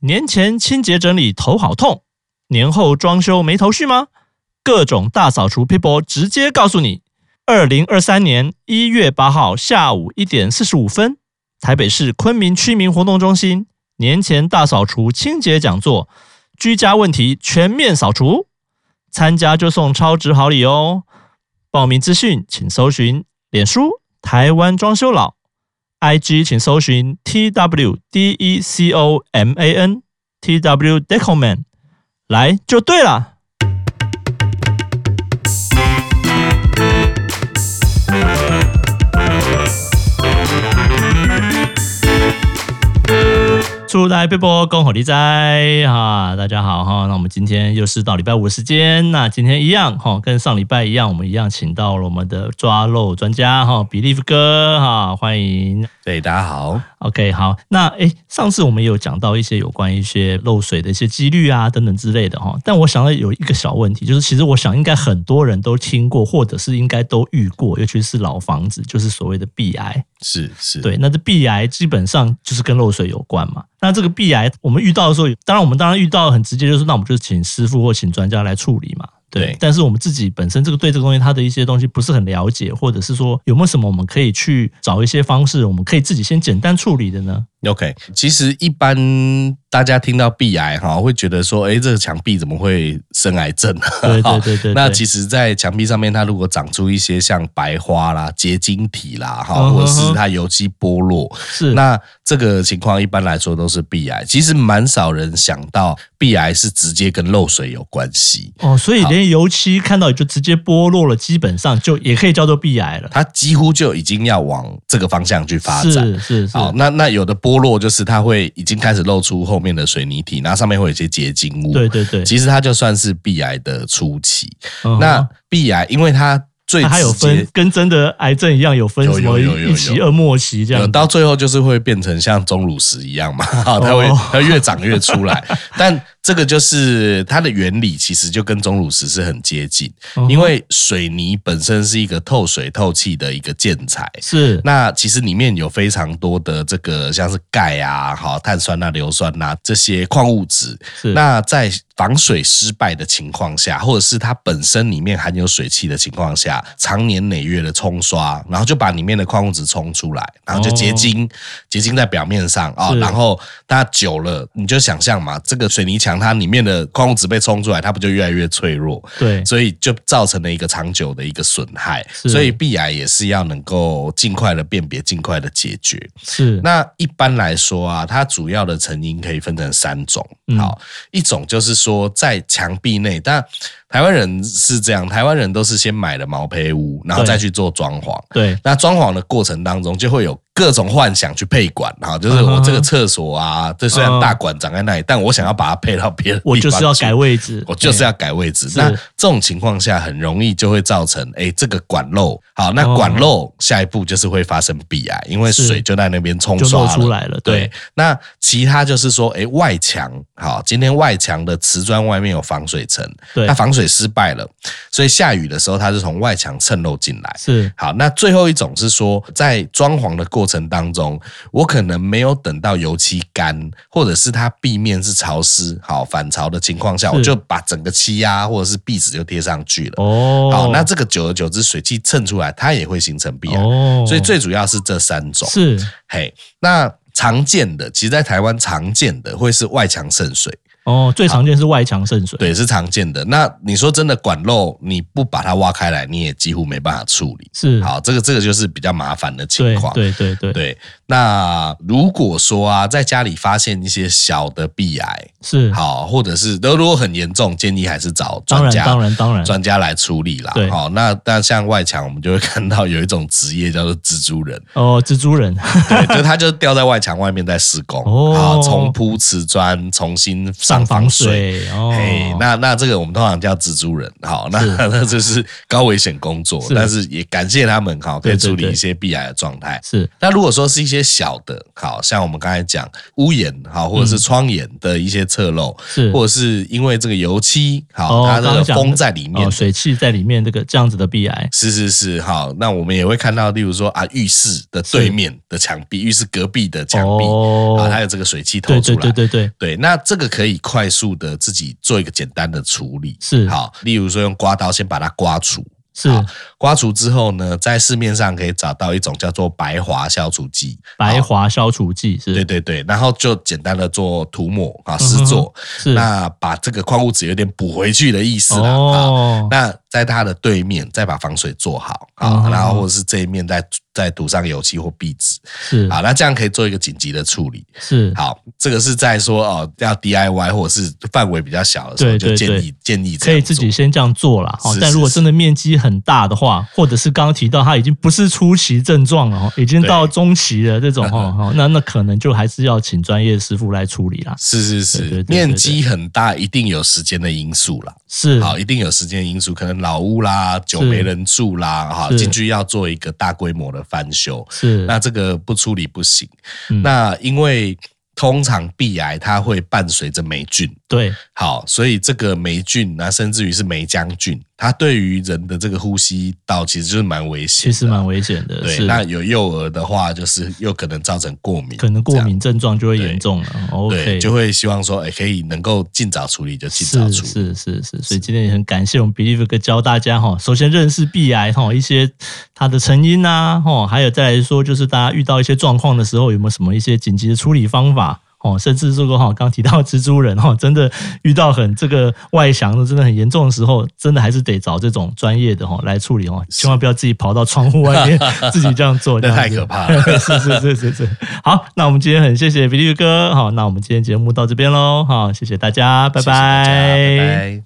年前清洁整理头好痛，年后装修没头绪吗？各种大扫除 people 直接告诉你，二零二三年一月八号下午一点四十五分，台北市昆明区民活动中心年前大扫除清洁讲座，居家问题全面扫除，参加就送超值好礼哦！报名资讯请搜寻脸书台湾装修佬，IG 请搜寻 T W D E C O M A N T W Decoman，来就对了。出来被波恭候利哉哈，大家好哈。那我们今天又是到礼拜五的时间，那今天一样哈，跟上礼拜一样，我们一样请到了我们的抓漏专家哈，比利夫哥哈，欢迎。对，大家好。 OK，好，那诶，上次我们也有讲到一些有关一些漏水的一些几率啊等等之类的哈，但我想到有一个小问题，就是其实我想应该很多人都听过，或者是应该都遇过，尤其是老房子，就是所谓的壁癌。是是，对，那这壁癌基本上就是跟漏水有关嘛。那这个壁癌我们遇到的时候，当然我们当然遇到很直接，就是那我们就请师傅或请专家来处理嘛。对，对但是我们自己本身这个对这个东西，它的一些东西不是很了解，或者是说有没有什么我们可以去找一些方式，我们可以自己先简单处理的呢？ OK。其实一般大家听到壁癌哈，会觉得说，哎，这个墙壁怎么会生癌症啊？对对对对那对其实，在墙壁上面，它如果长出一些像白花啦、结晶体啦，嗯哈，哼嗯或者哼是它油漆剥落，是那这个情况一般来说都是壁癌。其实蛮少人想到壁癌是直接跟漏水有关系。哦，所以连油漆看到也就直接剥落了，基本上就也可以叫做壁癌了。它几乎就已经要往这个方向去发展，是是是，好，那那有的剥落就是它会已经开始露出后面的水泥体，那上面会有一些结晶物。对，对对。其实它就算是壁癌的初期。嗯哼那壁癌，因为它最它还有直接分跟真的癌症一样，有分有什么有有有一期、有二末期这有样。呃嗯到最后就是会变成像钟乳石一样嘛， 哈它哦会它越长越 出来。但这个就是它的原理，其实就跟钟乳石是很接近，嗯哼因为水泥本身是一个透水透气的一个建材。是那其实里面有非常多的这个像是钙啊、好碳酸钠、硫酸钠、这些矿物质。是那在防水失败的情况下，或者是它本身里面含有水汽的情况下，长年累月的冲刷，然后就把里面的矿物质冲出来，然后就结晶，结晶在表面上啊、哦是然后它久了，你就想象嘛，这个水泥墙它里面的矿物质被冲出来，它不就越来越脆弱？对所以就造成了一个长久的一个损害。是所以壁癌也是要能够尽快的辨别，尽快的解决。是那一般来说啊，它主要的成因可以分成三种。嗯好，一种就是说在墙壁内，但台湾人是这样，台湾人都是先买了毛坯屋，然后对再去做装潢。对那装潢的过程当中，就会有各种幻想去配管哈，就是嗯我这个厕所啊，这虽然大管长在那里，但我想要把它配到别的地方我就是要去改位置，哎我就是要改位置。那这种情况下，很容易就会造成，哎、这个管漏。好，那管漏、下一步就是会发生壁癌，因为哦是水就在那边冲就刷露了。出来了。对，那其他就是说，哎、外墙好，今天外墙的瓷砖外面有防水层，对那，防水失败了，所以下雨的时候它是从外墙渗漏进来。是好，那最后一种是说，在装潢的过程当中，我可能没有等到油漆干，或者是它壁面是潮湿，好反潮的情况下，是我就把整个漆啊或者是壁纸就贴上去了。哦。好，那这个久而久之，水汽蹭出来，它也会形成壁癌。哦，所以最主要是这三种。是嘿，那常见的，其实在台湾常见的会是外墙渗水，哦，最常见是外墙渗水，对，是常见的。那你说真的管漏，你不把它挖开来，你也几乎没办法处理。是，好，这个这个就是比较麻烦的嗯情对况。对对对，对，那如果说啊，在家里发现一些小的壁癌，是，好，或者是如果很严重，建议还是找嗯当专然家。当然当然，专家来处理啦对，好，那那像外墙，我们就会看到有一种职业叫做蜘蛛人，哦，蜘蛛 人对，就他就吊在外墙外面在施工，哦好，重铺瓷砖，重新上防防水，哦嘿，，那那这个我们通常叫蜘蛛人，好，那 那就是高危险工作，是但是也感谢他们，好，可以对对处理对一些壁癌的状态。是那如果说是一些些小的，好像我们刚才讲屋檐好，或者是窗沿的一些侧漏，嗯是或者是因为这个油漆好，哦它那刚个刚讲风的在里面哦，水汽在里面，这个这样子的壁癌，是是是，好，那我们也会看到，例如说啊，浴室的对面的墙壁，浴室隔壁的墙壁，哦啊，它有这个水汽透对对出来，对对对，对那这个可以快速的自己做一个简单的处理，是好，例如说用刮刀先把它刮除，是好刮除之后呢，在市面上可以找到一种叫做白滑消除剂，白滑消除剂是，嗯对对对，然后就简单的做涂抹啊，哼施作，是那把这个矿物质有点补回去的意思啦，啊。哦，那在它的对面再把防水做好嗯啊，嗯然后嗯或者是这一面再再涂上油漆或壁纸是啊，那这样可以做一个紧急的处理。是好，这个是在说哦，要 DIY 或者是范围比较小的时候，对就对建议建议这可以样自做己先这样做啦。哦是，但是如果是真的面积很大的话，或者是刚刚提到它已经不是初期症状了，哦，已经对到中期了这种 哦，哦那那可能就还是要请专业师傅来处理啦。是是对对是对，对面积很大，一定有时间的因素啦。是，好，一定有时间因素，可能老屋啦，久没人住啦，哈，是进去要做一个大规模的翻修，是那这个不处理不行。嗯那因为通常壁癌它会伴随着霉菌，对，好，所以这个霉菌啊，甚至于是霉浆菌，它对于人的这个呼吸道其实就是蛮危险其的。实蛮危险的，对，是那有幼儿的话，就是又可能造成过敏，可能这过样。敏症状就会严对重了。OK，哦对，就会希望说，哎、可以能够尽早处理就尽早是处理。是是是，所以今天也很感谢我们 Believe 哥教大家哈，首先认识壁癌哈一些它的成因啊，哈，还有再来说就是大家遇到一些状况的时候有没有什么一些紧急的处理方法。哦，甚至这个哈，刚提到蜘蛛人哈， 真的遇到很这个外翔的，真的很严重的时候，真的还是得找这种专业的哈来处理哦，千万不要自己跑到窗户外 面自己这样做，那这样太子可怕了是是是是是， 好，那我们今天很谢谢比利哥，好，那我们今天节目到这边喽，好，谢谢大家，拜谢谢大家拜拜。